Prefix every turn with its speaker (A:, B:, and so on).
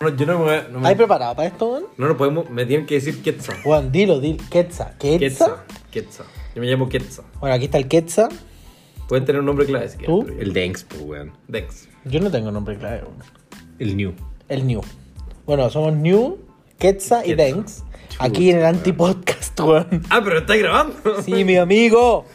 A: No, yo no me voy a- no me-
B: ¿Hay preparado para esto, weón?
A: No, no podemos. Me tienen que decir Quetzal.
B: Weón, dilo, dilo. Quetza. Quetza.
A: Quetzal. Quetzal. Yo me llamo Quetzal.
B: Bueno, aquí está el Quetza.
A: Pueden tener un nombre clave si quieren.
B: ¿Tú?
A: pero yo-
C: El Dengs, pues, weón.
A: Dex.
B: Yo no tengo nombre clave, weón.
C: El New.
B: El New. Bueno, somos New, Quetza y
A: Quetzal.
B: Dengs. Aquí en el antipodcast, weón.
A: Ah, pero está grabando.
B: Sí, mi amigo.